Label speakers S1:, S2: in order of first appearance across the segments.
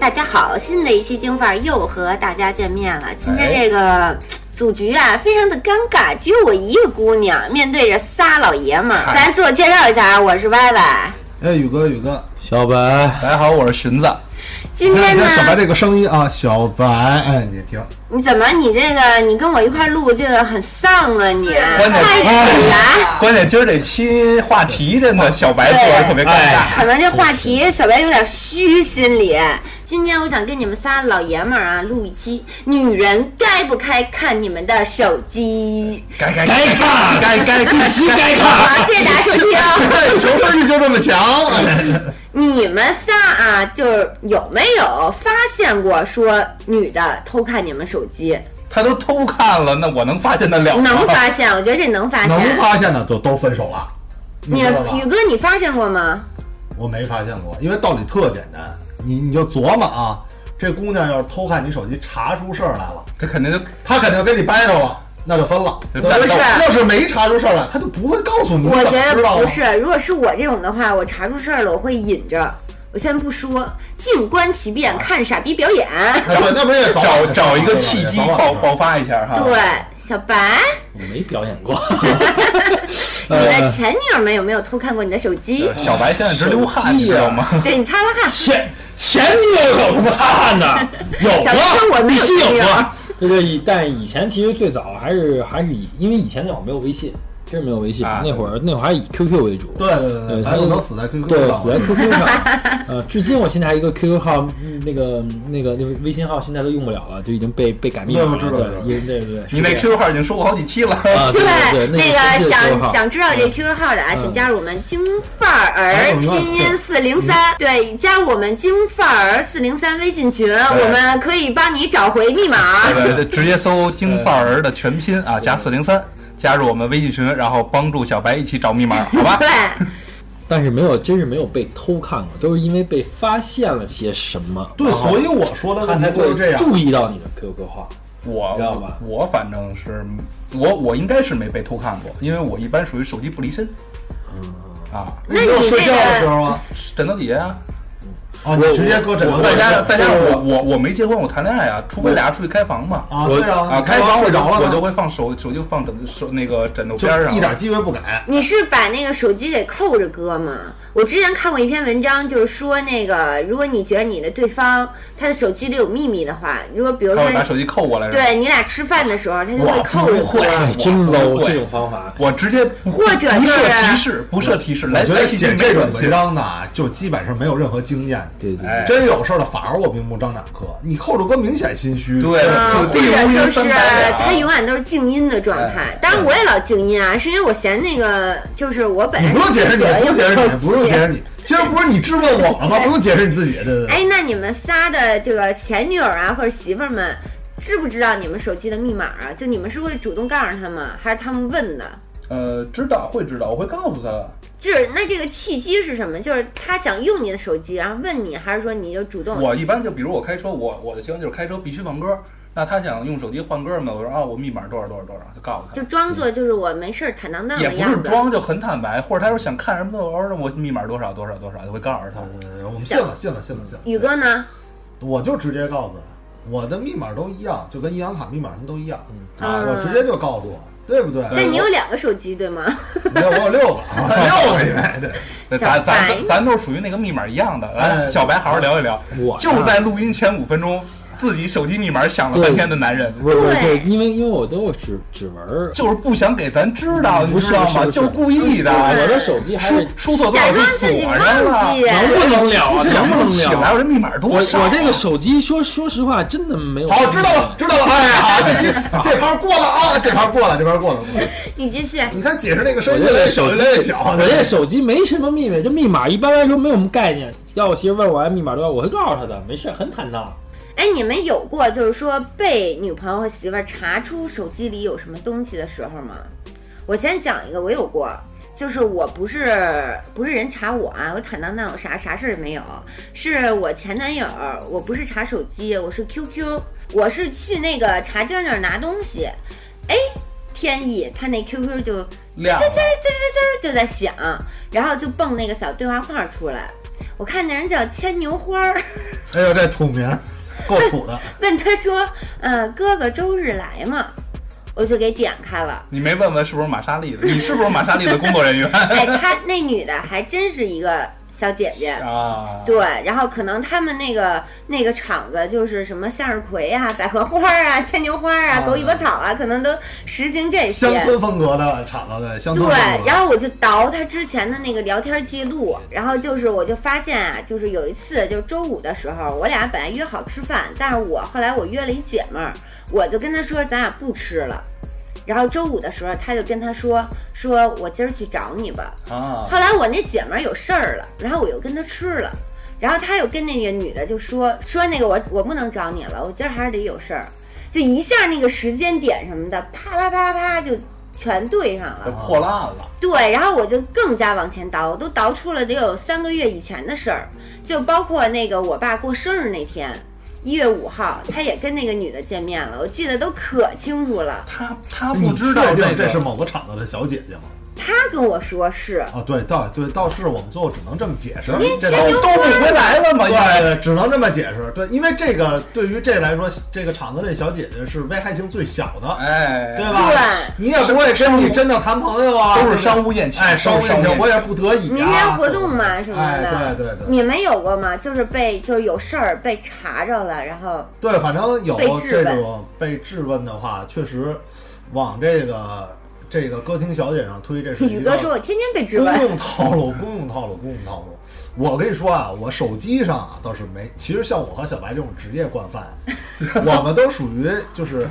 S1: 大家好，新的一期京范儿又和大家见面了。今天
S2: 哎
S1: 这个组局啊，非常的尴尬，只有我一个姑娘面对着仨老爷们儿。
S2: 嗨
S1: 咱自我介绍一下啊，我是歪歪。
S3: 哎，宇哥，宇哥，
S4: 小白，
S2: 大家好，我是荀子。
S1: 今
S3: 你看
S1: 天
S3: 你
S1: 呢
S3: 看，小白这个声音啊，小白，哎，你听，
S1: 你怎么你这个你跟我一块儿录这个很丧啊你？
S3: 哎
S2: 关键
S1: 太起来。
S2: 关键今儿这期话题真的小白做的特别尴尬，
S1: 可能这话题小白有点虚，心里。今天我想跟你们仨老爷们儿啊录一期，女人该不该看你们的手机？
S2: 该该
S4: 该看
S2: 该该
S4: 必须该 看。
S1: 好，谢谢大家收听。
S3: 对，求生欲就这么强，哎
S1: 你们仨啊，就是有没有发现过说女的偷看你们手机？
S2: 他都偷看了，那我能发现得了吗？
S1: 能发现，我觉得这能发现。
S3: 哦能发现的就都分手了。
S1: 你
S3: 知道吧
S1: 宇哥，你发现过吗？
S3: 我没发现过，因为道理特简单，你你就琢磨啊，这姑娘要是偷看你手机查出事儿来了，
S2: 这肯定就
S3: 她肯定跟你掰扯了，那就分了。
S2: 不
S3: 对吧
S2: 是
S3: 要是没查出事儿来，她就不会告诉你，
S1: 我觉
S3: 你怎么
S1: 得
S3: 知道
S1: 不
S3: 啊？
S1: 是，如果是我这种的话，我查出事儿了，我会隐着，我先不说，静观其
S3: 啊
S1: 变，看傻逼表演。
S3: 哎对，那不是也早晚
S2: 找
S3: 的事儿吗
S2: 找一个契机
S3: 对吧
S2: 爆爆发一下哈。
S1: 对，小白，
S4: 我没表演过，
S3: 呃
S1: 你的前女友们有没有偷看过你的手机？
S2: 小白现在直流汗，你知道
S3: 呃
S2: 吗？
S1: 对你擦擦汗。
S4: 前前女友有什么擦汗的？有
S1: 小时候
S4: 过
S1: 我，没
S4: 必
S1: 有
S4: 须
S1: 女
S4: 有
S1: 友
S4: 过。这个以，但是以前其实最早还是还是以，因为以前那会儿没有微信，真是没有微信。
S2: 啊
S4: 那会儿那会儿还以 QQ 为主，
S3: 对对对，
S4: 对
S3: 咱就能死在 QQ
S4: 对，
S3: 上
S4: 死在 QQ 上。呃，至今我现在还有一个 QQ 号，嗯那个那个那个微信号现在都用不了了，就已经被被改密码
S3: 那
S4: 了。
S3: 我知道知道
S4: 对，因对对对，
S2: 你那
S4: 是
S2: QQ 号已经说过好几期了，
S4: 啊，对对
S1: 对，
S4: 对，
S1: 个
S4: 是 QQ
S1: 想
S4: 号
S1: 想知道这 QQ 号的啊，
S4: 嗯
S1: 请加入我们京范儿
S3: 哎
S1: 儿
S3: 我忘了
S1: 拼音四零三，对，加入我们京范儿四零三微信群，我们可以帮你找回密码。
S2: 对 对，直接搜“京范儿”的全拼啊，加四零三，加入我们微信群，然后帮助小白一起找密码，好吧
S1: 对？，
S4: 但是没有，真是没有被偷看过，都是因为被发现了些什么，
S3: 对，
S4: 然后
S3: 所以我说的
S4: 他
S3: 问题
S4: 才
S3: 就
S4: 会
S3: 是这样。
S4: 注意到你的 QQ 号。
S2: 我
S4: 知道吧
S2: 我反正是我我应该是没被偷看过，因为我一般属于手机不离身。啊，
S3: 那你就睡觉的时候啊，
S2: 枕头底下啊，
S3: 啊，你直接搁枕头
S2: 再加上
S3: 上
S2: 再加上我我我没结婚，我谈恋爱啊，除非俩人出去开房嘛。
S3: 啊，对啊，
S2: 啊，
S3: 你开
S2: 开房我
S3: 睡
S2: 就
S3: 着了呢，
S2: 我就会放手手机放枕手那个枕头
S3: 就
S2: 边儿上，
S3: 一点机会不给。
S1: 你是把那个手机给扣着搁吗？我之前看过一篇文章，就是说那个，如果你觉得你的对方他的手机里有秘密的话，如果比如
S2: 他
S1: 说
S2: 会把手机扣过来。是吧，
S1: 对你俩吃饭的时候，他就会
S2: 我
S1: 扣着
S2: 不
S1: 搁
S2: 会。
S4: 哎，真 low 这种方法，
S2: 我直接不
S1: 或者
S2: 不
S1: 就
S2: 设
S1: 是
S2: 提示，不设提示，来
S3: 我觉得
S2: 来信
S3: 写
S2: 没
S3: 这种
S2: 准
S3: 文
S2: 信
S3: 章的啊，就基本上没有任何经验。
S4: 对对
S2: 哎
S4: 对，
S3: 真有事儿了，反而我明目张胆磕。你扣着哥明显心虚。
S2: 对
S1: 嗯，
S2: 此
S1: 或
S2: 地无
S1: 者
S2: 银
S1: 就是
S2: 三百
S3: 啊
S2: 两。
S1: 他永远都是静音的状态
S2: 哎。
S1: 当然我也老静音啊，是因为我嫌那个就是我本
S3: 你
S1: 来
S3: 不用解释你，不用解释
S1: 就
S3: 你，不用解释你。今儿不是你质问我了吗？不用解释你自己。对对对。
S1: 哎，那你们仨的这个前女友啊，或者媳妇儿们，知不知道你们手机的密码啊？就你们是会主动告诉他们，还是他们问的？
S2: 呃，知道会知道，我会告诉他。
S1: 就是那这个契机是什么？就是他想用你的手机，然后问你，还是说你就主动？
S2: 我一般就比如我开车，我我的习惯就是开车必须放歌。那他想用手机换歌嘛？我说啊，我密码多少多少多少，就告诉
S1: 就装作就是我没事儿坦荡荡
S2: 他。也
S1: 的
S2: 不是
S1: 样子。
S2: 装，就很坦白。或者他说想看什么的，我说我密码多少多少多少，就会告诉他。
S1: 嗯
S3: 呃，我们信了，信了，信了，信了。
S1: 宇哥呢？
S3: 我就直接告诉他，我的密码都一样，就跟银行卡密码什么都一样。
S1: 啊
S3: 我直接就告诉呃我，对不对？
S1: 那你有两个手机对吗？
S3: 没有，我有六个啊，六个因为对。
S2: 那咱
S1: 小白
S2: 咱咱都属于那个密码一样的。来，
S3: 哎
S2: 小白好好聊一聊。
S4: 我
S2: 就在录音前五分钟，自己手机密码想了半天的男人，
S4: 不是不是，
S1: 对
S4: 因为因为我都有指指纹儿，
S2: 就是不想给咱知道，你
S4: 不是
S2: 知道吗？
S4: 不是
S2: 就是故意的。
S3: 啊
S4: 我的手机还
S2: 输
S4: 是
S2: 输错多
S1: 假
S2: 少
S1: 装
S2: 次
S1: 自
S2: 锁
S1: 己
S2: 上了
S1: 忘。记。
S4: 能不能聊啊？
S2: 想
S4: 能
S2: 不
S4: 不能
S2: 起
S4: 聊
S2: 来，
S4: 啊？
S2: 我这密码
S4: 我
S2: 多少啊？
S4: 我这个手机说说实话，真的没 有。
S3: 好，知道 了，。知道了。哎，好，这期这盘过了啊，这盘过了，这盘过了。过了
S1: 你继续。
S3: 你看解释那个声
S4: 我
S3: 音
S4: 这
S3: 越来
S4: 个
S3: 越小，越
S4: 手机
S3: 来越小。啊
S4: 我这手机没什么秘密，这密码一般来说没有什么概念。要我媳妇问我密码多少，我会告诉她的，没事，很坦荡。
S1: 哎，你们有过就是说被女朋友和媳妇儿查出手机里有什么东西的时候吗？我先讲一个，我有过，就是我不是不是人查我啊，我坦荡荡，我啥啥事儿也没有，是我前男友，我不是查手机，我是 QQ，我是去那个茶经那儿拿东西，哎，天意他那 QQ 就
S2: 亮
S1: 滋儿滋儿滋儿就在响，然后就蹦那个小对话框出来。我看那人叫牵牛花儿，
S3: 哎呦，这土名儿够土的，
S1: 问他说，嗯，哥哥周日来吗？我就给点开 了。
S2: 你没问问是不是玛莎丽的？你是不是玛莎丽的工 作人员
S1: 哎，他那女的还真是一个小姐姐，
S2: 啊？
S1: 对，然后可能他们那个那个厂子就是什么向日葵啊、百合花啊、牵牛花啊、狗尾巴草啊，可能都实行这些
S3: 乡。村风格的厂子，对，乡村风格
S1: 对，
S3: 的。
S1: 然后我就倒他之前的那个聊天记录，然后就是我就发现啊，就是有一次就周五的时候，我俩本来约好吃饭，但是我后来我约了一姐们儿，我就跟她说咱俩不吃了，然后周五的时候她就跟她说说我今儿去找你吧，
S2: 啊，
S1: 后来我那姐们儿有事儿了，然后我又跟她吃了，然后她又跟那个女的就说说那个我我不能找你了，我今儿还是得有事儿，就一下那个时间点什么的，啪啪啪啪就全对上
S2: 就
S1: 了。
S2: 破烂了。
S1: 对，然后我就更加往前倒，我都倒出了得有三个月以前的事儿，就包括那个我爸过生日那天。一月五号，他也跟那个女的见面了，我记得都可清楚了。
S2: 他他
S3: 哎你
S2: 不知道
S3: 确定
S2: 个
S3: 这是某个厂子的小姐姐吗？
S1: 他跟我说是，
S3: 啊，对，倒对，倒是我们最后只能这么解释，这
S2: 都都不回来了吗？因为
S3: 对，只能这么解释。对，因为这个对于这来说，这个厂子这小姐姐是危害性最小的，
S2: 哎，
S3: 对吧？
S1: 对
S3: 你也不会跟你真的谈朋友啊，
S2: 都
S3: 对
S2: 是
S3: 吧
S2: 商务宴请，
S3: 哎，商务
S2: 务
S3: 宴请，我
S2: 我
S3: 也不得已啊。
S1: 民间活动嘛什么的。
S3: 哎对对对
S1: 你们有过吗？就是被就是有事儿被查着了，然后
S3: 对，反正有
S1: 被质
S3: 这
S1: 问
S3: 种被质问的话，确实往这个这个歌厅小姐上推，这是一
S1: 宇
S3: 个
S1: 哥说我天天被质
S3: 公
S1: 问，
S3: 用套路， 公用套路，公用套路。我跟你说啊，我手机上啊倒是没，其实像我和小白这种职业惯 犯，我们都属于就是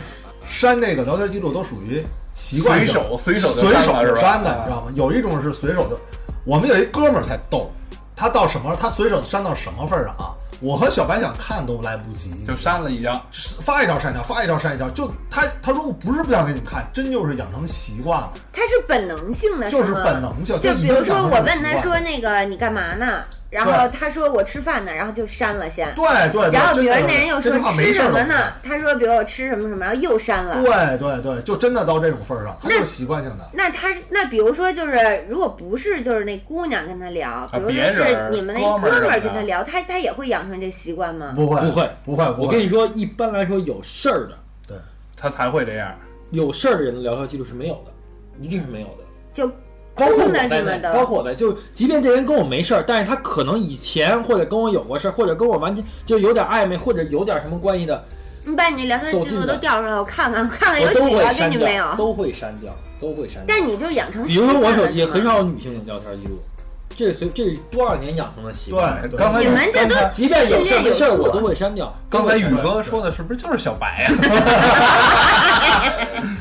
S3: 删这个聊天记录都属于习惯性
S2: 随手随手就
S3: 随
S2: 删
S3: 手
S2: 了是吧
S3: 删的，
S2: 啊
S3: 你知道吗？有一种是随手就，我们有一哥们儿才逗，他到什么他随手删到什么份儿上啊？我和小白想看都来不及，
S2: 就删了一张，
S3: 发一条删一条，发一条删一条，就他他说我不是不想给你们看，真就是养成习惯了。
S1: 他是本能性的，
S3: 就是
S1: 是吗
S3: 本能性
S1: 就
S3: 就
S1: 比如说我问他
S3: 已经养成这种习
S1: 说
S3: 惯
S1: 那个你干嘛呢？然后他说我吃饭呢，然后就删了先。
S3: 对对对，
S1: 然后比如
S3: 真的
S1: 那人又
S3: 这
S1: 说
S3: 句话没
S1: 吃
S3: 事儿
S1: 什么
S3: 都不干
S1: 呢？他说比如我吃什么什么，然后又删了。
S3: 对对对，就真的到这种份儿上，他
S1: 那
S3: 就是习惯性的。
S1: 那他那比如说就是，如果不是就是那姑娘跟他聊，比如
S2: 别
S1: 说是
S2: 人
S1: 你们那
S2: 哥
S1: 哥
S2: 们儿
S1: 们儿
S2: 什么
S1: 跟他
S2: 的
S1: 聊，他他也会养成这习惯吗？
S3: 不会
S4: 不会
S3: 不会不
S4: 我跟
S3: 会，
S4: 你说，一般来说有事儿的，
S3: 对，
S2: 他才会这样。
S4: 有事儿的人的聊天记录是没有的，一定是没有的。
S1: 就
S4: 包括
S1: 空
S4: 我
S1: 的
S4: 在
S1: 什么
S4: 内，
S1: 的，
S4: 包括我在，就即便这人跟我没事儿，但是他可能以前或者跟我有过事儿，或者跟我完全就有点暧昧，或者有点什么关系的，
S1: 你把你聊天记录都调出来，我看看，我看看有
S4: 我
S1: 几
S4: 都会
S1: 个跟
S4: 删
S1: 你没
S4: 掉，
S1: 有。
S4: 都会删掉，都会删掉。
S1: 但你就养成
S4: 比
S1: 习
S4: 如
S1: 惯了
S4: 说我手机
S1: 是吗
S4: 很少有女性有聊天记录，这是随这是多少年养成的习惯。
S3: 对，对
S2: 刚才
S1: 你们这都
S2: 刚才
S4: 即便有事儿没事儿，我都会删掉。
S2: 刚才宇哥说的是不是就是小白呀？啊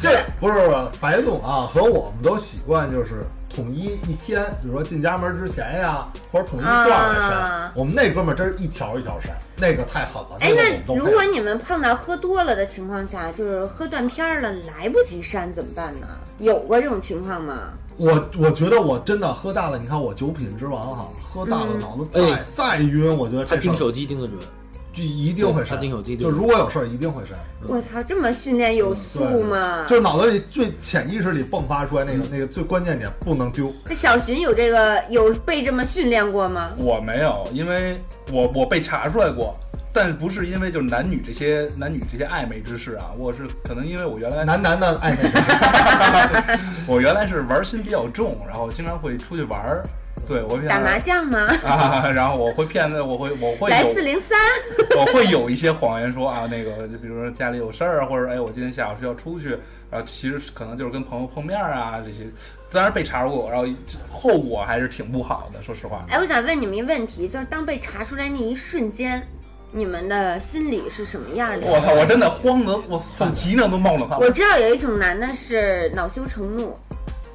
S3: 这不是不是白总啊，和我们都习惯就是统一一天，比如说进家门之前呀，或者统一段儿来删
S1: 啊。
S3: 我们那哥们儿真是一条一条删，那个太狠了。
S1: 哎，
S3: 个我们
S1: 那
S3: 都
S1: 如
S3: 佩服
S1: 果你们碰到喝多了的情况下，就是喝断片儿了，来不及删怎么办呢？有过这种情况吗？
S3: 我我觉得我真的喝大了，你看我酒品之王哈，喝大了脑子
S4: 嗯
S3: 再再晕，我觉得
S4: 他
S3: 这事
S4: 盯
S3: 儿
S4: 手机盯得准，
S3: 就一定会
S4: 他
S3: 删。
S4: 盯手机
S3: 就
S4: 盯得
S3: 如
S4: 准。
S3: 果有事儿一定会删。
S1: 我操，这么训练有素吗？
S3: 就是脑子里最潜意识里迸发出来
S1: 嗯
S3: 那个那个最关键点不能丢，
S1: 那小寻有这个有被这么训练过吗？
S2: 我没有，因为我我被查出来过，但是不是因为就是男女这些男女这些暧昧之事啊，我是可能因为我原来
S3: 男男的暧昧之事，
S2: 我原来是玩心比较重，然后经常会出去玩儿，对我
S1: 打
S2: 想
S1: 麻将吗？
S2: 啊，然后我会骗的，我会我 会
S1: 来四
S2: 有
S1: 零三，
S2: 我会有一些谎言说啊，那个就比如说家里有事儿啊，或者哎我今天下午是要出去，然后其实可能就是跟朋友碰面啊这些，当然被查过，然后后果还是挺不好的，说实话。
S1: 哎，我想问你们一问题，就是当被查出来那一瞬间，你们的心理是什么样的？
S2: 我操！我真的慌得我操，脊梁都冒冷汗。
S1: 我知道有一种男的是恼羞成怒，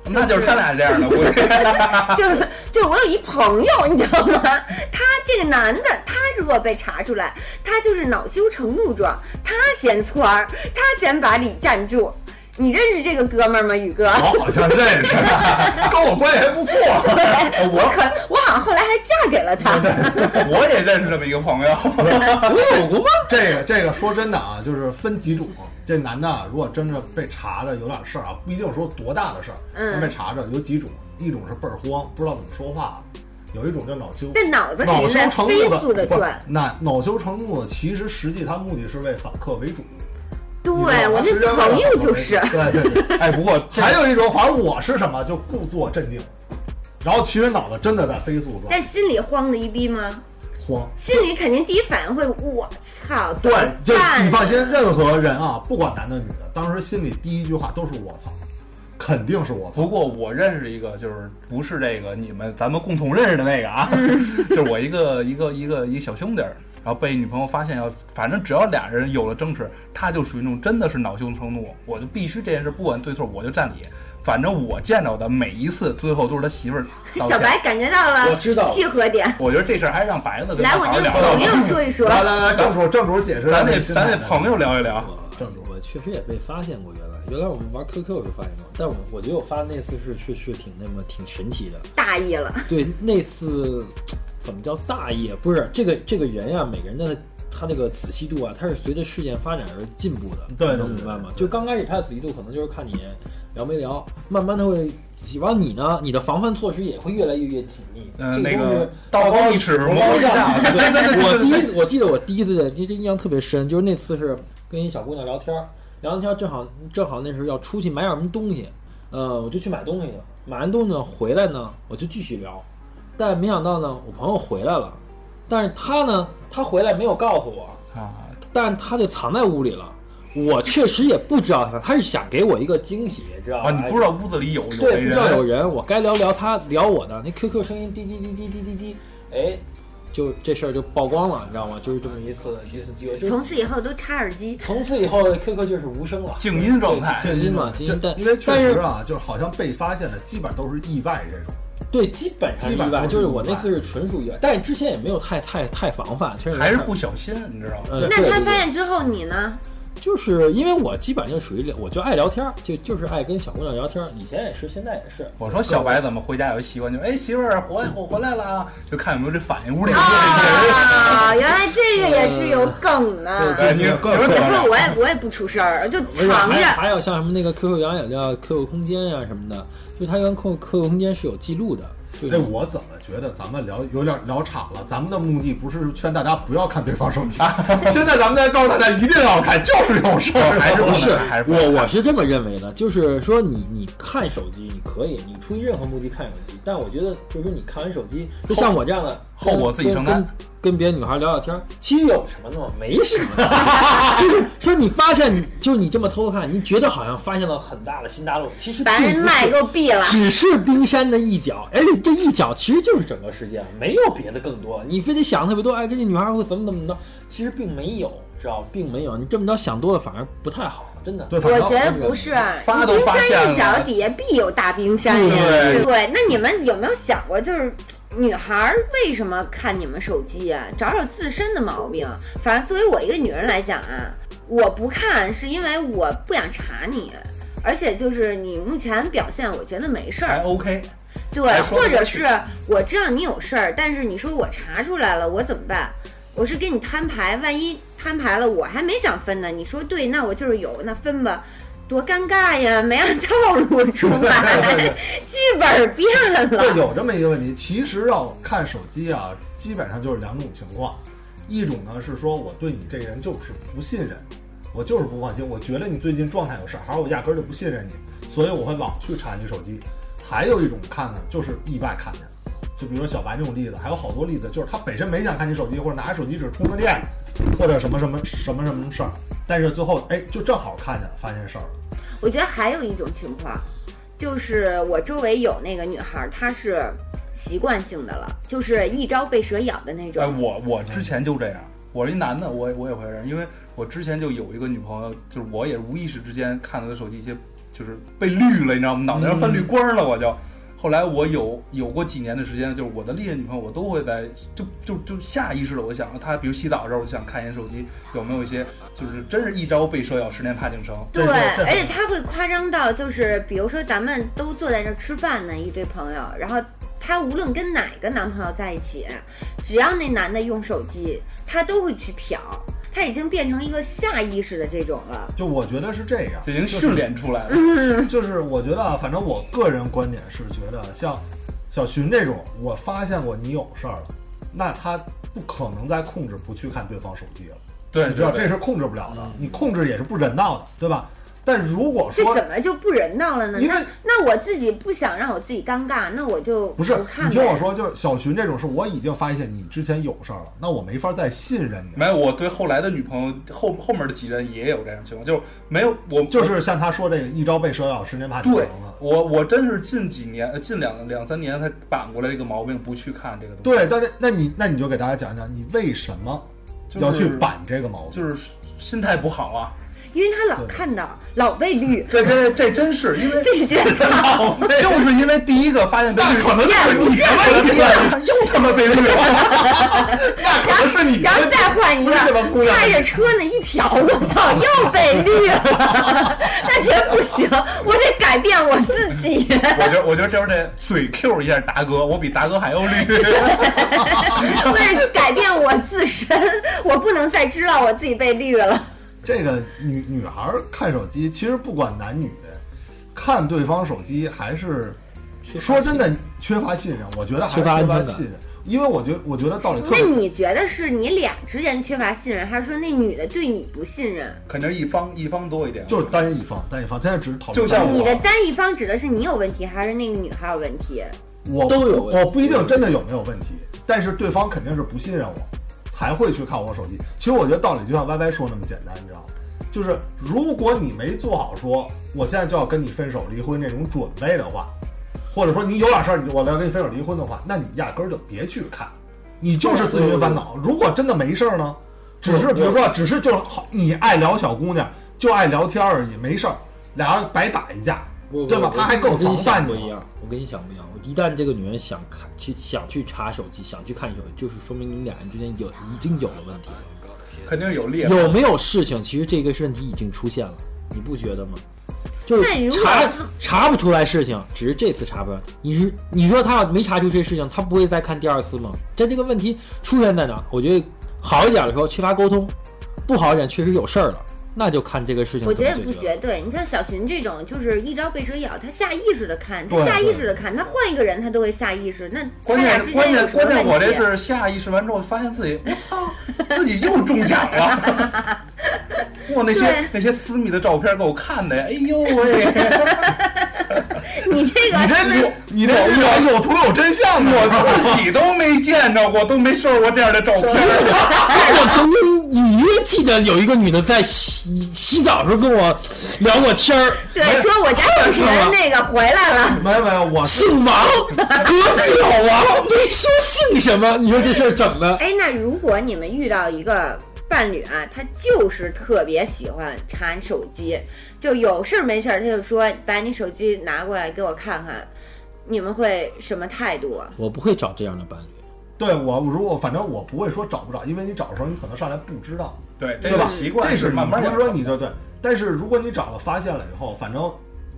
S2: 那就是他俩这样的，我
S1: 就是就是我有一朋友，你知道吗？他这个男的，他如果被查出来，他就是恼羞成怒状，他先窜儿，他先把你站住。你认识这个哥们儿吗，宇哥？
S3: 我好像认识，跟我关系还不错。
S1: 我可我好像后来还嫁给了他。
S2: 我也认识这么一个朋友，
S4: 我有过吗？
S3: 这个这个说真的啊，就是分几种。这男的啊如果真的被查着有点事儿啊，不一定说多大的事儿，
S1: 嗯
S3: 但被查着有几种，一种是倍儿慌，不知道怎么说话了；有一种叫脑羞。
S1: 但脑子肯
S3: 恼
S1: 定
S3: 羞
S1: 在
S3: 成
S1: 飞
S3: 怒的
S1: 速的
S3: 不是
S1: 转。
S3: 那恼羞成怒的，其实实际他目的是为反客为主。
S1: 对
S3: 你知道吗
S1: 我
S3: 是
S1: 那朋友
S3: 认为反客为
S1: 就
S3: 主
S1: 是，
S3: 对对对。
S2: 哎，不过这
S3: 还有一种，反正我是什么，就故作镇定，然后其实脑子真的在飞速转
S1: 但心里慌的一逼吗？
S3: 慌。
S1: 心里肯定第一反应会我操，
S3: 对，
S1: 怎
S3: 就
S1: 么办
S3: 你放心，任何人啊，不管男的女的，当时心里第一句话都是我操，肯定是我操。
S2: 不过我认识一个，就是不是这个你们咱们共同认识的那个啊，
S1: 嗯
S2: 就是我一个一个一个一个小兄弟儿，然后被女朋友发现要，反正只要俩人有了争执，他就属于那种真的是恼羞成怒，我就必须这件事不管对错，我就站理。反正我见到的每一次，最后都是他媳妇儿
S1: 小
S2: 道歉。
S1: 白感觉到了，
S4: 我知道
S1: 契合点。
S2: 我觉得这事儿还让白子跟
S1: 来，
S2: 他
S1: 我
S2: 好
S1: 那个
S2: 好聊聊
S1: 朋
S2: 吧。
S1: 友说一说，
S3: 来来来，正主正主解释，
S2: 咱
S3: 这
S2: 得
S3: 心
S2: 咱
S3: 态
S2: 得
S3: 的
S2: 朋友聊一聊，
S3: 正主
S4: 我确实也被发现过，原来原来我们玩 QQ 的时候发现过，但我我觉得我发的那次是是是挺那么挺神奇 的。
S1: 大意了，
S4: 对，那次怎么叫大意？不是这个这个人呀、每个人的他那个仔细度啊，他是随着事件发展而进步的。
S3: 对
S4: 能
S3: 对
S4: 明
S3: 对
S4: 白吗？
S3: 对
S4: 就刚开始他的仔细度可能就是看你聊没聊，慢慢他会。然后你呢？你的防范措施也会越来越越紧密。
S3: 呃
S2: 嗯，
S4: 这
S2: 那
S4: 个东西
S2: 个道高一尺，魔高一丈，对对对对，
S4: 我
S2: 对
S4: 第一次我记得我第一次的，这这印象特别深，就是那次是跟一小姑娘聊天儿，聊完天儿正好正好那时候要出去买点什么东西，呃，我就去买东西了。买完东西呢回来呢，我就继续聊，但没想到呢，我朋友回来了，但是他呢，他回来没有告诉我，
S2: 啊，
S4: 但他就藏在屋里了。我确实也不知道他，他是想给我一个惊喜，知道吧？
S2: 啊，你不知道屋子里有有
S4: 对，
S2: 没
S4: 不知道有
S2: 人，
S4: 人，我该聊聊他聊我的，那 QQ 声音滴滴滴滴滴滴滴，哎，就这事儿就曝光了，你知道吗？就是这么一次一次机会，就是
S1: 从此以后都插耳机。
S4: 从此以后 QQ 就是无声了，
S2: 静音状态
S4: 对静音嘛，静音。
S3: 这
S4: 但
S3: 因为
S4: 但
S3: 确实
S4: 是
S3: 啊，就是好像被发现的基本都是意外这种。
S4: 对，基本上
S3: 基
S4: 意
S3: 本上
S4: 外，
S3: 都是
S4: 就是我
S3: 意
S4: 那
S3: 外
S4: 次是纯属意外，但是之前也没有太太太防范，确实
S2: 还是
S4: 太
S2: 不小心，你知道吗？
S4: 呃，对
S1: 那
S4: 对
S1: 他发
S4: 对
S1: 现之后，你呢？
S4: 就是因为我基本上就属于我就爱聊天儿，就就是爱跟小姑娘聊天儿，以前也是，现在也是。
S2: 我说小白怎么回家有一习惯，就是哎媳妇儿回我回来了啊，就看有没有这反应。屋里有没有这人，
S1: 啊，原来这个也是有梗的。
S2: 哎你
S3: 这
S2: 有
S3: 个
S2: 没有
S1: 以
S2: 这
S1: 后
S2: 样
S1: 我也我也不出声儿，就
S4: 而且
S1: 藏
S4: 还
S1: 着。
S4: 还有像什么那个 QQ 原来也叫 QQ 空间呀、什么的，就它原 QQ QQ 空间是有记录的。对
S3: 哎，我怎么觉得咱们聊有点聊岔了？咱们的目的不是劝大家不要看对方手 机，现在咱们在告诉大家一定要看，就是有事儿，
S2: 还是不
S4: 不
S2: 能
S4: 是
S2: 还是不能
S4: 我我是这么认为的，就是说你你看手机你可以，你出于任何目的看手机，但我觉得就是说你看完手机，就像我这样的
S2: 后
S4: 跟
S2: 果自己承担
S4: 跟跟跟别的女孩聊聊天儿，其实有什么呢？没什 么，就是说你发现就是你这么偷偷看，你觉得好像发现了很大的新大陆，其实
S1: 把
S4: 并
S1: 人
S4: 不是
S1: 麦给我闭 了，
S4: 只是冰山的一角，而且这一角其实就是整个世界，啊没有别的更多。你非得想特别多，哎，跟这女孩会怎么怎么着，其实并没有，知道吧并没有。你这么着想多了反而不太好，真的。
S3: 对，反
S1: 我
S3: 正
S1: 觉得不是，啊
S2: 发都
S1: 冰
S2: 发现
S1: 山
S2: 了
S1: 一角底下必有大冰山呀。
S2: 对
S1: 对，那你们有没有想过，就是女孩儿为什么看你们手机啊？找找自身的毛病。反正作为我一个女人来讲啊，我不看是因为我不想查你。而且就是你目前表现，我觉得没事
S2: 还
S1: 儿，
S2: OK，
S1: 对，
S2: 还说
S1: 或
S2: 得
S1: 者
S2: 过
S1: 是
S2: 去
S1: 我知道你有事儿，但是你说我查出来了，我怎么办？我是给你摊牌，万一摊牌了，我还没想分呢。你说对，那我就是有，那分吧，多尴尬呀，没按套路出牌，剧本变
S3: 对，
S1: 了。
S3: 有这么一个问题。其实要看手机啊，基本上就是两种情况，一种呢是说我对你这人就是不信任，我就是不放心，我觉得你最近状态有事儿，还是我压根儿就不信任你，所以我会老去查你手机。还有一种看呢，就是意外看见，就比如说小白这种例子，还有好多例子，就是他本身没想看你手机，或者拿着手机只充个电，或者什么什么什么什么事儿，但是最后哎就正好看见了，发现事儿了。
S1: 我觉得还有一种情况，就是我周围有那个女孩儿，她是习惯性的了，就是一朝被蛇咬的那
S2: 哎，
S1: 种。
S2: 我我之前就这样，我是一男的，我我也会这样，因为我之前就有一个女朋友，就是我也无意识之间看了她手机一些，就是被绿了，你知道吗？脑袋上泛绿
S3: 嗯
S2: 光了，我就。后来我有有过几年的时间，就是我的历任女朋友，我都会在就就就下意识的，我想她，比如洗澡的时候，我就想看一眼手机有没有一些，就是真是一朝被蛇咬，十年怕井绳。
S1: 对，
S3: 这是这是
S1: 而且他会夸张到，就是比如说咱们都坐在这儿吃饭呢，一堆朋友，然后她无论跟哪个男朋友在一起，只要那男的用手机，她都会去瞟，她已经变成一个下意识的这种了。
S3: 就我觉得是这样，
S2: 这已经
S3: 就是嗯
S2: 训练出来了。
S3: 就是我觉得啊，反正我个人观点是觉得像，像小寻这种，我发现过你有事儿了，那他不可能再控制不去看对方手机了。
S2: 对，
S3: 你知道
S2: 对
S3: 这是控制不了的，你控制也是不人道的，对吧？但如果
S1: 这
S3: 说
S1: 怎么就不人道了呢？
S3: 因为
S1: 那那我自己不想让我自己尴尬，那我就
S3: 不是，
S1: 看
S3: 你听
S1: 呗
S3: 我，说，就是小寻这种事，我已经发现你之前有事儿了，那我没法再信任你了。
S2: 没有，我对后来的女朋友后后面的几任也有这样情况，就是没有我
S3: 就是像他说这个，一朝被蛇咬，十年怕井绳
S2: 对
S3: 子。
S2: 我我真是近几年呃近两两三年才扳过来这个毛病，不去看这个东西。
S3: 对，大家，那你那你就给大家讲讲，你为什么
S2: 就是
S3: 要去板这个毛病？
S2: 就是心态不好啊，
S1: 因为他老看到，老被绿，
S2: 这这这真是 因为
S1: 自己觉得
S2: 就是因为第一个发现被绿，
S3: 可能就是你他妈
S2: 可能
S3: 你
S2: 又他妈被绿了，
S3: 那可能是你
S1: 然后
S3: 的
S1: 再换一个
S3: 不是这帮姑，娘
S1: 开着车呢，一瞟，我操，又被绿了， 那觉得不行，我得改变我自己。
S2: 我觉得我觉得就是这嘴 Q 一下达哥，我比达哥还要绿。
S1: 为了改变我自身，我不能再知道我自己被绿了。
S3: 这个女女孩儿看手机，其实不管男女，看对方手机还是
S4: 缺乏
S3: 说真的缺乏信任。我觉得还是
S4: 缺乏安
S3: 缺乏
S4: 全感
S3: 信任，因为我觉得我觉得道理特
S1: 那
S3: 别。
S1: 你觉得是你俩之间缺乏信任，还是说那女的对你不信任？
S2: 肯定是一方一方多一点，啊
S3: 就是单一方，单一方，现在只是讨论
S2: 就像
S3: 单一
S1: 你
S3: 方
S1: 的单一方指的是你有问题，还是那个女孩有问题？
S3: 我
S4: 都有问
S3: 我
S4: 题
S3: 不一定真的有没有问题，但是对方肯定是不信任我，才会去看我手机。其实我觉得道理就像 Y Y 说那么简单，你知道吗？就是如果你没做好说我现在就要跟你分手离婚这种准备的话，或者说你有点事儿我要跟你分手离婚的话，那你压根儿就别去看，你就是自寻烦恼。如果真的没事儿呢，只是比如说，只是就是好，你爱聊小姑娘，就爱聊天而已，没事儿，俩人白打一架，
S4: 不
S3: 对吧？他还更防范
S4: 不
S3: 你
S4: 一
S3: 了。
S4: 样，我跟你想不一样。我一旦这个女人想看去想去查手机，想去看手机，就是说明你们俩人之间有已经有了问题了。
S2: 肯定有裂。
S4: 有没有事情？其实这个问题已经出现了，你不觉得吗？就
S1: 那
S4: 是
S1: 如果
S4: 查查不出来事情，只是这次查不出来。你是你说他要没查出这事情，他不会再看第二次吗？但这个问题出现在哪？我觉得好一点的时候缺乏沟通，不好一点确实有事儿了，那就看这个事情
S1: 我
S4: 怎
S1: 觉
S4: 么
S1: 得
S4: 解
S1: 不
S4: 决了。
S1: 绝对。你像小寻这种，就是一朝被蛇咬，他下意识的看，他
S3: 对
S1: 下意识的看，他换一个人他都会下意识。那他
S2: 关
S1: 俩
S2: 键
S1: 之
S2: 关
S1: 间有
S2: 键
S1: 什么
S2: 关键，我
S1: 问题？
S2: 这是下意识完之后，发现自己我操，自己又中奖了。哇，那些
S1: 对
S2: 那些私密的照片给我看的，哎呦喂！
S1: 你这个
S3: 你这
S1: 是
S3: 你你这有有图有真相呢，
S2: 我自己都没见着过，都没收拾过这样的照片。
S4: 啊我曾经隐约记得有一个女的在洗洗澡的时候跟我聊过天儿，
S1: 对，说我家小寻那个回来了，
S3: 没有没有，我是
S4: 姓王，隔壁老王，没说姓什么。你说这事儿整的，
S1: 哎，那如果你们遇到一个伴侣啊，他就是特别喜欢查你手机，就有事儿没事儿他就说把你手机拿过来给我看看，你们会什么态度啊？
S4: 我不会找这样的 伴侣。
S3: 对我如果反正我不会说找不找，因为你找的时候你可能上来不知道，
S2: 对，这
S3: 对
S2: 个
S3: 吧？
S2: 习惯
S3: 这是
S2: 慢慢养
S3: 你不是说你这对，但是如果你找了发现了以后，反正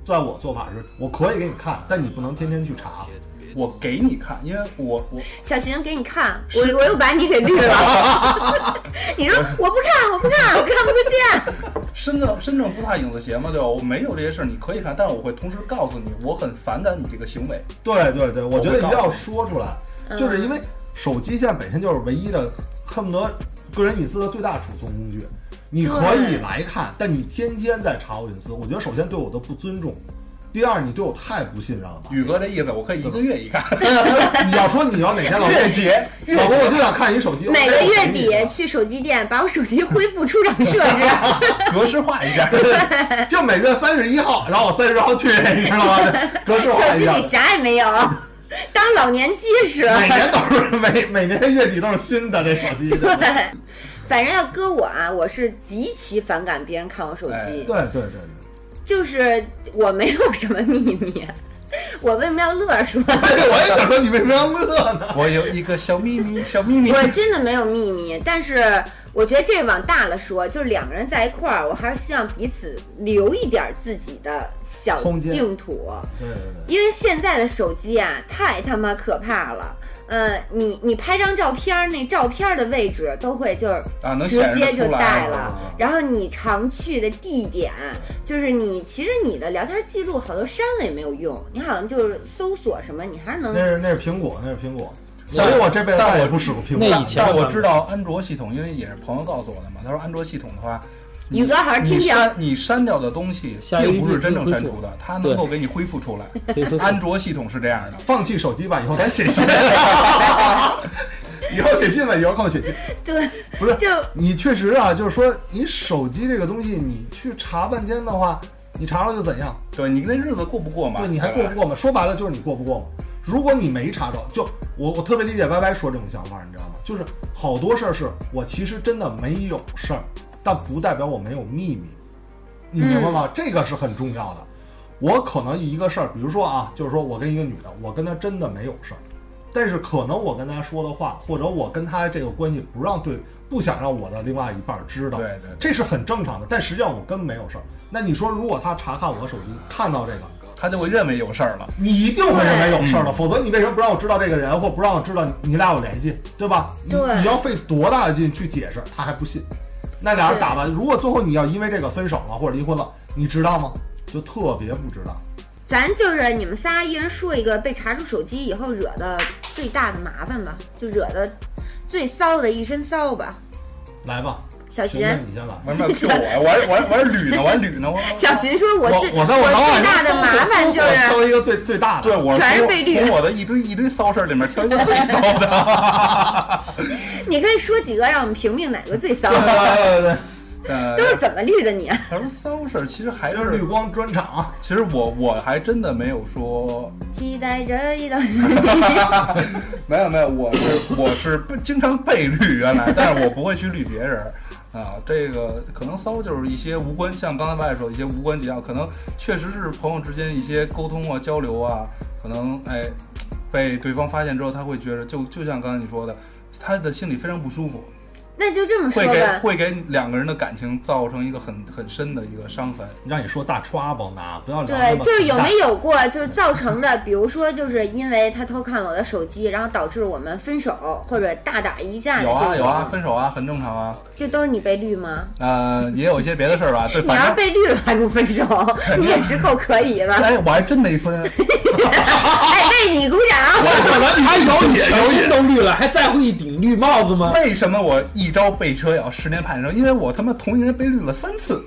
S3: 在我做法是，我可以给你看，但你不能天天去查。
S2: 我给你看，因为我我
S1: 小邢给你看，我我又把你给绿了。 你说我不看，我不看，我看不见。
S2: 身正身正不怕影子斜嘛，对吧？我没有这些事儿，你可以看，但是我会同时告诉你，我很反感你这个行为。
S3: 对对对，我觉得一定
S2: 我会
S3: 要
S2: 告
S3: 说出来，就是因为手机现在本身就是唯一的恨不得个人隐私的最大储存工具。你可以来看，但你天天在查我隐私，我觉得首先对我的不尊重，第二你对我太不信任了吧？
S2: 宇哥这意思，我可以一个月一看，
S3: 你要说你要哪天老公
S2: 月结。
S3: 老公，我就想看你手机。
S1: 每
S3: 我
S1: 个
S3: 给你
S1: 月底去手机店把我手机恢复出厂设置。
S2: 格式化一下。
S3: 就每月三十一号，然后我三十号去，你知 道吗？格式化
S1: 手
S3: 一
S1: 机
S3: 下
S1: 里，啥也没有，当老年基使。
S3: 每年都是每每年月底都是新的这手 机。
S1: 对，反正要搁我啊，我是极其反感别人看我手机，
S2: 哎
S3: 对对对对，
S1: 就是我没有什么秘密，我为什么要乐说？
S3: 哎，我也想说你为什么要乐呢？
S2: 我有一个小秘密，小秘 密。
S1: 我真的没有秘密，但是我觉得这往大了说，就是两个人在一块儿，我还是希望彼此留一点自己的。小
S3: 空间
S1: 净土。
S3: 对对对，
S1: 因为现在的手机啊，太他妈可怕了。呃，你你拍张照片儿，那照片儿的位置都会就是
S2: 啊，能
S1: 直
S2: 显示
S1: 接
S2: 得
S1: 就
S2: 出
S1: 带
S2: 来
S1: 了
S3: 啊。
S1: 然后你常去的地点，就是你其实你的聊天记录好多删了也没有用，你好像就是搜索什么，你还是能
S3: 那是那是苹果，那是苹果，所以我这辈子
S2: 但
S3: 再也
S2: 我
S3: 不使过苹
S4: 那
S3: 果
S4: 以。前
S2: 但
S4: 的
S2: 我
S4: 版
S2: 知道安卓系统，因为也是朋友告诉我的嘛。他说安卓系统的话，
S1: 宇哥 还是听
S2: 你
S1: 听
S2: 删你删掉的东西，
S4: 下一个
S2: 并不
S4: 日
S2: 是
S4: 子
S2: 真正
S4: 恢
S2: 删
S4: 复
S2: 除的，它能够给你恢复出来。
S4: 可以恢复
S2: 安卓系统是这样的，
S3: 放弃手机吧，以后咱写 信。以后写信吧，以后空写信。
S1: 对，
S3: 不是
S1: 就
S3: 你确实啊，就是说你手机这个东西，你去查半天的话，你查着就怎样？
S2: 对你那日子过不过嘛？
S3: 对，你还过不过嘛？说白了就是你过不过嘛。如果你没查着，就我我特别理解歪歪说这种想法，你知道吗？就是好多事儿是我其实真的没有事儿，但不代表我没有秘密，你明白吗？
S2: 嗯
S3: 这个是很重要的。我可能一个事儿，比如说啊，就是说我跟一个女的，我跟她真的没有事儿，但是可能我跟她说的话，或者我跟她这个关系不让对，不想让我的另外一半儿知道，
S2: 对对对
S3: 这是很正常的。但实际上我根本没有事儿。那你说，如果她查看我手机，看到这个，
S2: 他就会认为有事儿了。
S3: 你一定会认为有事儿的，否则你为什么不让我知道这个人，或不让我知道你俩有联系，对吧？你
S1: 对
S3: 你要费多大的劲去解释，他还不信。那俩人打完，如果最后你要因为这个分手了或者离婚了，你知道吗？就特别不知道。
S1: 咱就是你们仨一人说一个被查出手机以后惹的最大的麻烦吧，就惹的最骚的一身骚吧。
S3: 来吧，
S1: 小
S3: 熊
S1: 秦，
S3: 妹，你先来。
S2: 为什么要 Q 我呀？我还我还我还捋呢，我还捋呢。我
S1: 小秦说我最
S3: 我在我脑海
S1: 最
S3: 中
S1: 大的
S3: 搜
S1: 麻
S3: 索
S1: 烦
S3: 搜
S1: 就
S3: 索
S1: 是
S3: 挑一个最最大
S2: 对
S3: 的。
S2: 我
S1: 全是被
S2: 从
S1: 绿
S2: 从我的一堆一堆骚事儿里面挑一个最骚的。
S1: 你可以说几个，让我们评评哪个最骚
S3: 对， 对对对
S2: 呃
S1: 都是怎么绿的你？啊
S2: 他说骚事儿，其实还
S3: 对，就是绿光专场。
S2: 其实我我还真的没有说，
S1: 期待着一道。
S2: 没有没有，我是我是被经常被绿原来，但是我不会去绿别人。啊，这个可能骚就是一些无关，像刚才外说一些无关紧要，可能确实是朋友之间一些沟通啊、交流啊，可能哎被对方发现之后，他会觉得就就像刚才你说的，他的心里非常不舒服，
S1: 那就这么 说
S2: 会给
S1: 吧，
S2: 会给两个人的感情造成一个很很深的一个伤 痕。
S3: 让你说大 trouble 呢，不要聊那
S1: 对，
S3: 么
S1: 就是有
S3: 大
S1: 没有过就是造成的，比如说就是因为他偷看了我的手机，然后导致我们分手或者大打一架的
S2: 有啊
S1: 这
S2: 有啊，
S1: 种，
S2: 分手啊，很正常啊。
S1: 这都是你被绿吗？
S2: 呃，也有一些别的事儿吧，对，
S1: 你要
S2: 反
S1: 是
S2: 正
S1: 被绿了还不分手，你也是够可以了。
S2: 哎，我还真没分，
S1: 哎，为你鼓掌。
S3: 可能你还有你
S4: 全身都绿了，还在乎一顶绿帽子吗？
S2: 为什么我一朝被车咬，十年怕井绳？因为我他妈同一人被绿了三次，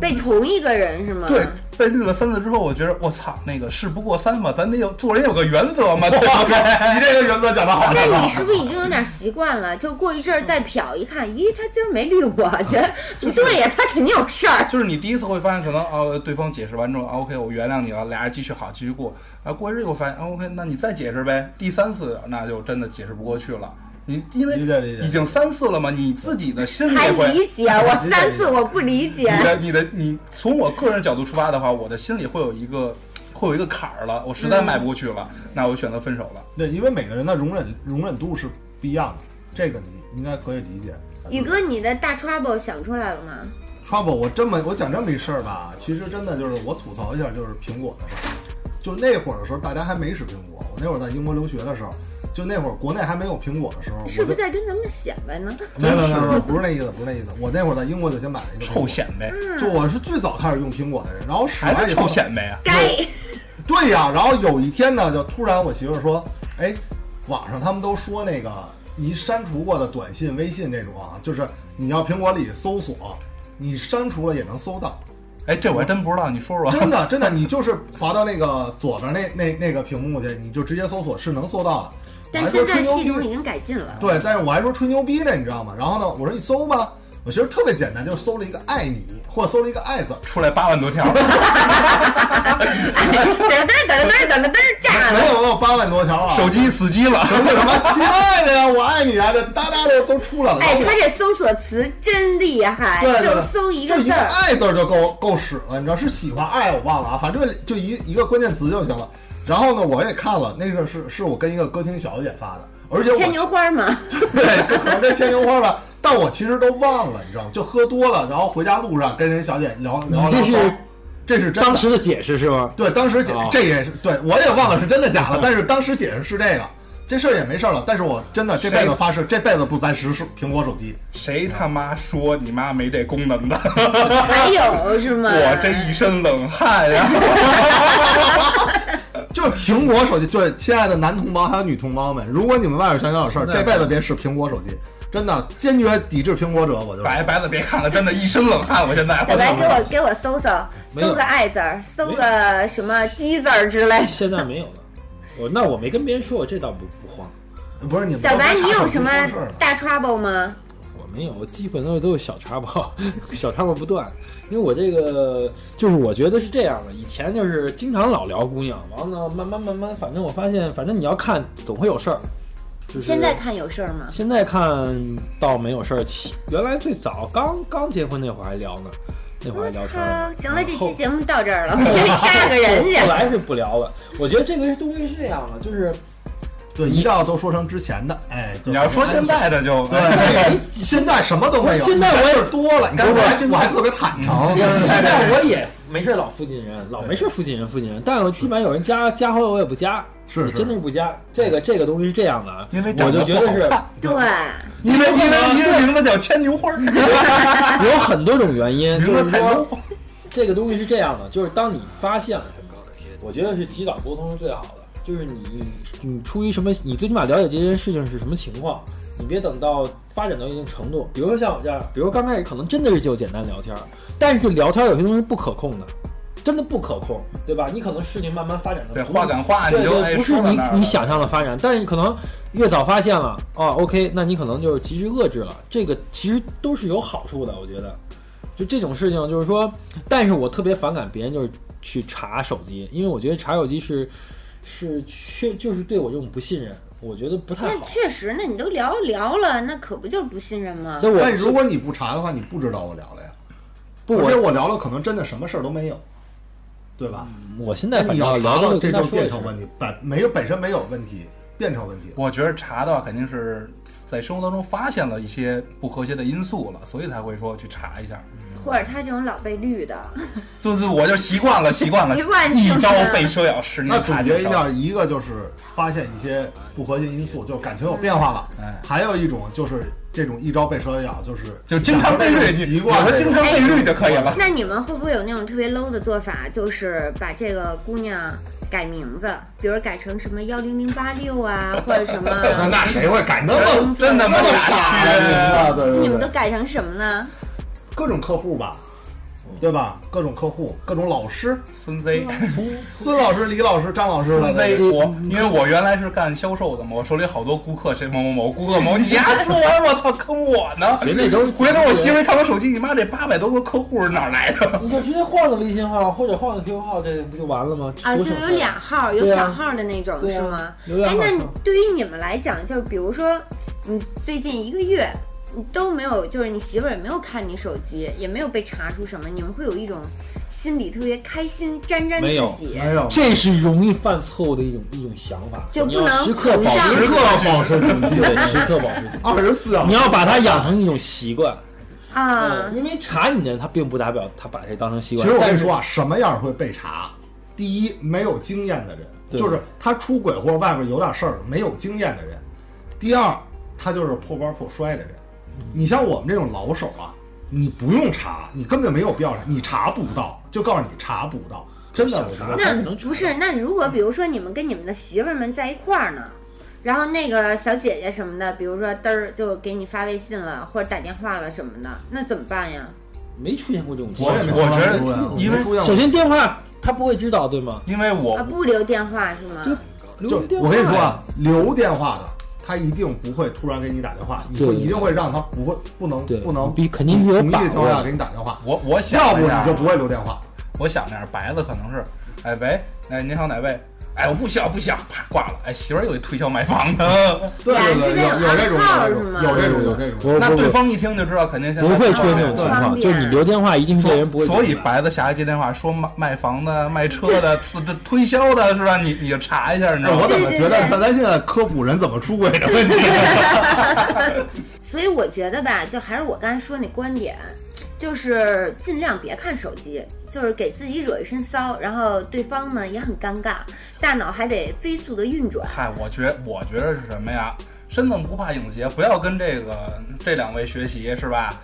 S1: 被同一个人是吗？
S2: 对，被绿了三次之后，我觉得我操，那个事不过三嘛，咱得有做人有个原则嘛，对不对？
S3: 你这个原则讲得好，
S1: 那
S3: 讲得
S1: 你
S3: 好
S1: 是不是已经有点习惯了？就过一阵儿再瞟一看，咦，他今儿没绿我，
S3: 啊
S1: 觉得不对呀，他肯定有事儿。
S2: 就是你第一次会发现，可能哦，对方解释完之后、啊、，OK，我原谅你了，俩人继续好，继续过。啊，过一日又发现、啊、，OK，那你再解释呗。第三次，那就真的解释不过去了。你因为
S3: 理解理解
S2: 已经三次了嘛，你自己的心里
S1: 还
S2: 会
S1: 理解我三次，我不理解。
S2: 你的你的你从我个人角度出发的话，我的心里会有一个会有一个坎儿了，我实在迈不过去了，那我就选择分手了。
S3: 对，因为每个人的容忍容忍度是不一样的，这个你应该可以理解。
S1: 宇哥，你的大 trouble 想出来了吗？
S3: ，trouble，我这么我讲这么一事儿吧，其实真的就是我吐槽一下，就是苹果的事儿。就那会儿的时候，大家还没使苹果，我那会儿在英国留学的时候，就那会儿国内还没有苹果的时候，
S1: 是
S3: 我
S1: 不
S3: 就是
S1: 在跟咱们显摆呢？
S3: 没有没有没有没有，不是那意思，不是那意思，我那会儿在英国就先买了一个苹果
S2: 臭，显摆，
S3: 就我是最早开始用苹果的人，然后使
S2: 还
S3: 完
S2: 是
S3: 以后
S2: 臭
S3: 呢
S2: 显摆啊！
S1: 该
S3: 对呀、然后有一天呢，就突然我媳妇儿说：“哎，网上他们都说那个你删除过的短信、微信这种啊，就是你要苹果里搜索，你删除了也能 搜到。
S2: 哎，这我还真不知道，你说说。
S3: 真的，真的，你就是滑到那个左边那那那个屏幕去，你就直接搜索是能搜到的。”我
S1: 但
S3: 还
S1: 现
S3: 说吹
S1: 在
S3: 牛
S1: 系
S3: 逼，
S1: 统已经改进了。
S3: 对，但是我还说吹牛逼呢，你知道吗？然后呢，我说你搜吧，我其实特别简单，就是搜了一个爱你，或者搜了一个 爱字儿。
S2: 出来八万多条，
S1: 哎噔噔噔噔噔噔噔，炸
S3: 没
S1: 了！
S3: 有没有八万多条啊！
S2: 手机死 机
S1: 哎
S2: 了。
S3: 什么什么亲爱的呀，我爱你啊，这哒哒的都出来了。
S1: 哎，他这搜索词真厉害，
S3: 对对
S1: 就
S3: 对，
S1: 搜一
S3: 就
S1: 个
S3: 一
S1: 字
S3: 个
S1: 儿。
S3: 爱字儿就够够使了，你知道是喜欢爱我忘了啊，反正就一一个关键词就行了。然后呢，我也看了，那个是是我跟一个歌厅小姐发的，而且我
S1: 牵牛花吗？
S3: 对，跟可能跟牵牛花吧，但我其实都忘了，你知道吗？就喝多了，然后回家路上跟人小姐聊
S4: 你
S3: 聊聊
S4: 这
S3: 骚
S4: 是
S3: 这是真的。
S4: 当时的解释是吧？
S3: 对，当时解、
S4: 哦
S3: 这也是对我也忘了是真的假的，但是当时解释是这个，这事儿也没事儿了。但是我真的这辈子发誓，这辈子不再使手苹果手机。
S2: 谁他妈说你妈没这功能的？
S1: 还有是吗？
S2: 我这一身冷汗呀！
S3: 就是苹果手机，对，亲爱的男同胞还有女同胞们，如果你们外边想小事儿，
S4: 对
S3: 这辈子别使苹果手机，真的坚决抵制苹果者，我就是。
S2: 白白的别看了，真的，一身冷汗。我现在
S1: 小白
S2: 我
S1: 给我给我搜搜，
S4: 没有
S1: 搜个爱字儿，搜个什么鸡字儿之类。
S4: 哎现在没有了。我那我没跟别人说，我这倒不不慌，
S3: 不是你们都
S1: 小白，
S3: 查
S1: 你有
S3: 手机
S1: 什么
S3: 出事儿了
S1: 大 trouble 吗？
S4: 我没有，我基本上都是小插包， 小插包不断。因为我这个就是我觉得是这样的，以前就是经常老聊姑娘，完了呢慢慢慢慢，反正我发现，反正你要看总会有事儿。就是
S1: 现在看有事儿吗？
S4: 现在看倒没有事儿，其原来最早刚刚结婚那会儿还聊呢，那会儿还聊天呢
S1: 操。嗯啊行了，这
S4: 后
S1: 期节目到这儿 了，我先杀个人
S4: 后
S1: 去。
S4: 来是不聊了。我觉得这个东西是这样的，就是
S3: 对，一定要都说成之前的，哎，就
S2: 你要说现在的就
S3: 对，现在什么都没有，
S4: 现在我也嗯
S3: 事儿多了，你看我还今天还特别坦 诚，真
S4: 现
S3: 的
S4: 在我也没事儿老附近人，老没事儿附近人附近人，但我基本上有人加加好友我也不加，
S3: 是
S4: 我
S3: 是
S4: 真的是不加。这个这个东西是这样的啊，
S2: 因为
S4: 我
S2: 长得
S4: 就觉得是
S1: 对，
S2: 因为因为因为名字叫牵牛花儿，
S4: 有很多种原因，
S2: 名
S4: 就
S2: 字
S4: 是
S2: 太
S4: 说
S2: low。
S4: 这个东西是这样的，就是当你发现了什么，我觉得是及早沟通是最好的。就是你你出于什么，你最起码了解这件事情是什么情况，你别等到发展到一定程度，比如说像我这样，比如刚开始可能真的是就简单聊天儿，但是这聊天儿有些东西不可控的，真的不可控，对吧？你可能事情慢慢发展到
S2: 对，话赶话，你
S4: 对
S2: 就
S4: 对，
S2: 哎
S4: 不是
S2: 说到
S4: 你
S2: 那儿了
S4: 你想象的发展，但是你可能越早发现了，哦，OK，那你可能就是及时遏制了，这个其实都是有好处的，我觉得。就这种事情，就是说，但是我特别反感别人就是去查手机，因为我觉得查手机是是确就是对我这种不信任，我觉得不太
S1: 那
S4: 好。
S1: 确实，那你都聊聊了，那可不就是不信任吗？
S4: 所以我
S3: 但如果你不查的话，你不知道我聊了呀。
S4: 不
S3: 而
S4: 我
S3: 且我聊了，可能真的什么事儿都没有，对吧？
S4: 我现
S3: 那
S4: 在
S3: 你
S4: 反
S3: 要
S4: 正
S3: 查
S4: 聊了
S3: 了，
S4: 就
S3: 这
S4: 跟他
S3: 就
S4: 说
S3: 变
S4: 一
S3: 成
S4: 声
S3: 问题，本没有本身没有问题，变成问题了。
S2: 我觉得查的话，肯定是在生活当中发现了一些不和谐的因素了，所以才会说去查一下。
S1: 或者他这种老被绿的，
S2: 就是我就习惯了，习惯了，
S1: 习惯性
S2: 一
S1: 的
S2: 朝被蛇咬，十
S3: 那
S2: 年
S3: 总
S2: 怕井
S3: 结一
S2: 绳。
S3: 下，一个就是发现一些不和谐因素，就是感情有变化了；
S2: 哎
S3: 还有一种就是这种一朝被蛇咬，就是
S2: 就经常被绿，
S3: 习
S2: 你我
S3: 惯
S2: 说
S3: 了
S2: 经常被绿就可以了。
S1: 那你们会不会有那种特别 low 的做法，就是把这个姑娘改名字，比如改成什么幺零零八六啊，或者什么？
S3: 那 那谁会敢那么
S2: 真的
S3: 那
S2: 吗？
S3: 么傻呀？你知道对
S1: 你
S3: 对
S1: 们
S3: 对
S1: 都，改成什么呢？
S3: 各种客户吧，对吧？各种客户，各种老师，
S2: 孙 Z，
S4: 啊从
S3: 孙老师、李老师、张老师
S2: 孙
S3: 了。
S2: Z，
S3: 对
S2: 我因为我原来是干销售的嘛，我手里好多顾客，谁某某某顾客某，你丫说完我操坑我呢？
S4: 人那都是
S2: 回头我媳妇一看我手机，你妈这八百多个客户是哪儿来的？
S4: 你就直接换个微信号或者换个 QQ 号，这不就完了吗？
S1: 啊，就
S4: 多省
S1: 有
S4: 事儿
S1: 俩号，有
S4: 对啊
S1: 小号的那种、
S4: 对
S1: 是
S4: 啊
S1: 吗？
S4: 有俩
S1: 哎，那
S4: 号
S1: 你对于你们来讲，就是比如说，你最近一个月你都没有，就是你媳妇儿也没有看你手机，也没有被查出什么，你们会有一种心里特别开心、沾沾自
S4: 没有
S1: 喜，
S3: 没有，
S4: 这是容易犯错误的一种一种想法，
S1: 就
S4: 你
S1: 不
S4: 要
S1: 能
S4: 时刻保
S1: 膨胀
S4: 持
S3: 时刻保持警惕，
S4: 对，时刻保持警惕。
S3: 二十四小时。
S4: 你要把它养成一种习惯，
S1: 啊？
S4: 因为查你的人他并不代表他把谁当成习
S3: 其
S4: 惯。
S3: 实我跟
S4: 但
S3: 你
S4: 是
S3: 说，啊，什么样会被查？第一，没有经验的人，
S4: 对
S3: 就是他出轨或者外边有点事儿没有经验的人；第二，他就是破罐破摔的人。你像我们这种老手啊，你不用查，你根本没有必要查，你查不到，就告诉你查不到，真的，我觉得
S4: 那
S1: 那
S4: 你能查
S1: 不是？那如果比如说你们跟你们的媳妇儿们在一块儿呢，然后那个小姐姐什么的，比如说嘚儿就给你发微信了，或者打电话了什么的，那怎么办呀？
S4: 没出现过这种情
S3: 我也
S4: 况。
S3: 没
S2: 我
S3: 从来
S2: 觉得
S3: 没出现过
S2: 因为
S3: 没出现过
S4: 首先电话他不会知道，对吗？
S2: 因为我
S1: 啊，不留电话是吗？
S3: 就
S4: 留电话
S3: 我跟你说啊，留电话的他一定不会突然给你打电话，你会
S4: 对
S3: 一定会让他不会不能
S4: 对
S3: 不能
S4: 比肯定是有
S3: 同意
S4: 把握
S3: 的情况下给你打电话，
S2: 我我想
S3: 要
S2: 了
S3: 不
S2: 一
S3: 你
S2: 下
S3: 就不会留电话。
S2: 我想那样，白子可能是，哎喂，哎您好哪位？哎我不想不想，啪挂了。哎媳妇儿又得推销买房的，
S3: 对对对，有有这种有这种有这种有这种。
S4: 不
S2: 那
S4: 不
S2: 对方一听就知道肯定现
S4: 不
S2: 在
S4: 不会出现这种情
S1: 方
S4: 况，
S1: 便
S4: 就是你留电话一定是这人不会。
S2: 所以，白子霞接电话说卖卖房的、卖车的、这推销的，是吧？你你就查一下，你知道
S3: 我
S2: 吗？
S3: 怎么觉得咱咱现在科普人怎么出轨的问题？
S1: 所以我觉得吧，就还是我刚才说那观点，就是尽量别看手机，就是给自己惹一身骚，然后对方呢也很尴尬，大脑还得飞速的运转。
S2: 嗨，我觉我觉得是什么呀？身子不怕影子斜，不要跟这个这两位学习是吧？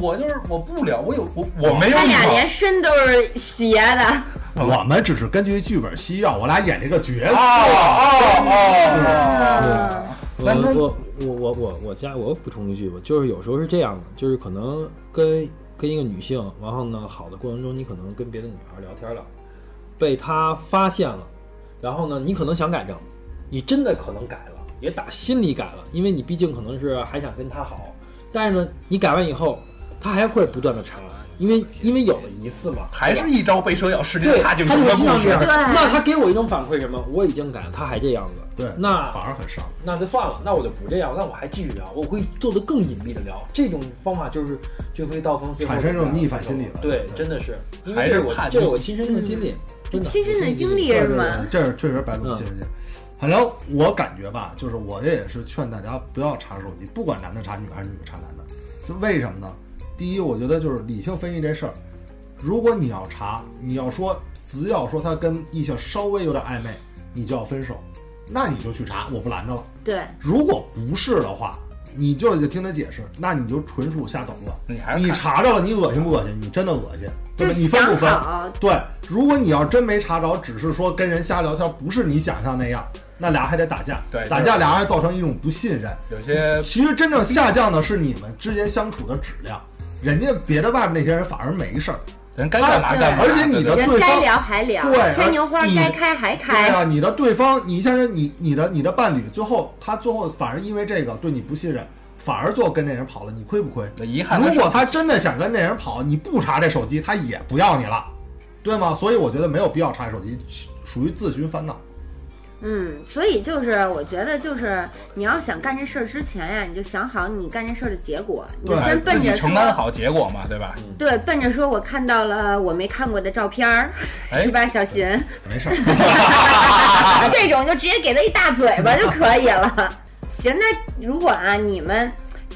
S2: 我就是我不了，我有我我没有
S1: 他
S2: 你
S1: 俩
S2: 好
S1: 连身都是斜的，
S3: 我们只是根据剧本需要，我俩演这个角色。
S2: 哦
S1: 啊，
S4: 我
S2: 那那
S4: 嗯我我我我我加我补充一句吧，就是有时候是这样的，就是可能跟跟一个女性，然后呢，好的过程中你可能跟别的女孩聊天了，被她发现了，然后呢，你可能想改正，你真的可能改了，也打心里改了，因为你毕竟可能是还想跟她好，但是呢，你改完以后，她还会不断的查，因为因为有了一次嘛，
S2: 啊还
S4: 对吧
S2: 是一招被蛇咬，十年
S4: 对，
S2: 怕
S4: 他
S2: 井
S4: 就
S2: 绳的
S4: 会经
S2: 故
S4: 常
S2: 事
S4: 这
S2: 啊
S1: 对
S4: 样。。那他给我一种反馈什么？我已经改了，他还这样子。
S3: 对，
S4: 那
S3: 反而很伤。
S4: 那就算了，那我就不这样，那我还继续聊，我会做的更隐蔽的聊。这种方法就是就会到从最后
S3: 产生这种逆反心理了对
S4: 对，真的是，因
S2: 还
S4: 为
S2: 是
S4: 这是我
S2: 叛逆
S4: 这是我亲身的经历，真的
S1: 亲身的经历
S3: 对
S1: 是
S3: 对
S1: 吗
S3: 对，？这是确实白鹿
S4: 嗯
S3: 确实见。反正我感觉吧，就是我也是劝大家不要查手机，不管男的查女还是女的查男的，就为什么呢？第一，我觉得就是理性分析这事儿，如果你要查，你要说只要说他跟异性稍微有点暧昧，你就要分手，那你就去查，我不拦着了。
S1: 对，
S3: 如果不是的话，你就得听他解释，那你就纯属瞎捣乱。
S2: 你还是
S3: 你
S2: 看
S3: 查着了，你恶心不恶心？你真的恶心，对
S1: 就
S3: 吧？
S1: 是
S3: 你分不分
S1: 想好？
S2: 啊
S3: 对，如果你要真没查着，只是说跟人瞎聊天，不是你想象那样，那俩还得打架，
S2: 对
S3: 打
S2: 就是
S3: 架俩人还造成一种不信任。
S2: 有些
S3: 其实真正下降的是你们之间相处的质量，人家别的外面那些人反而没事儿。
S2: 人该干嘛
S1: 对
S2: 干嘛，
S3: 而且你的
S2: 对
S1: 人
S3: 对
S1: 该
S3: 方
S1: 聊还聊，
S3: 对
S1: 牵牛花
S3: 而你
S1: 该开还
S3: 对
S1: 开，
S3: 啊，你的对方，你想想你你的你的伴侣，最后他最后反而因为这个对你不信任，反而最后跟那人跑了，你亏不亏？
S2: 对遗憾的
S3: 如
S2: 是
S3: 果他真的想跟那人跑，你不查这手机，他也不要你了，对吗？所以我觉得没有必要查这手机，属于自寻烦恼。
S1: 嗯，所以就是我觉得就是你要想干这事儿之前呀，你就想好你干这事儿的结果，你就
S3: 对
S1: 先
S2: 自
S1: 奔
S2: 己
S1: 着
S2: 承担
S1: 说，
S2: 好结果嘛，对吧？
S1: 对，奔着说我看到了我没看过的照片儿，
S2: 哎
S1: 是吧，小秦？
S3: 没事儿，
S1: 这种就直接给他一大嘴巴就可以了。行，那如果啊你们。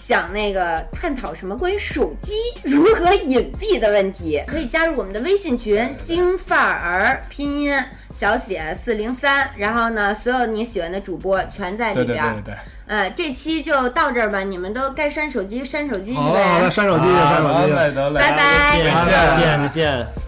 S1: 想那个探讨什么关于手机如何隐蔽的问题，可以加入我们的微信群“京范儿”，拼音小写四零三，然后呢，所有你喜欢的主播全在里
S2: 哎对对
S1: 边
S2: 对
S1: 儿。
S2: 对
S1: 呃，这期就到这儿吧，你们都该删手机删手机去
S3: 好了好了，
S1: 呗。
S3: 删手
S2: 对，
S3: 机，删手机。
S2: 得嘞，
S1: 拜拜
S2: 再见
S4: 再见再见。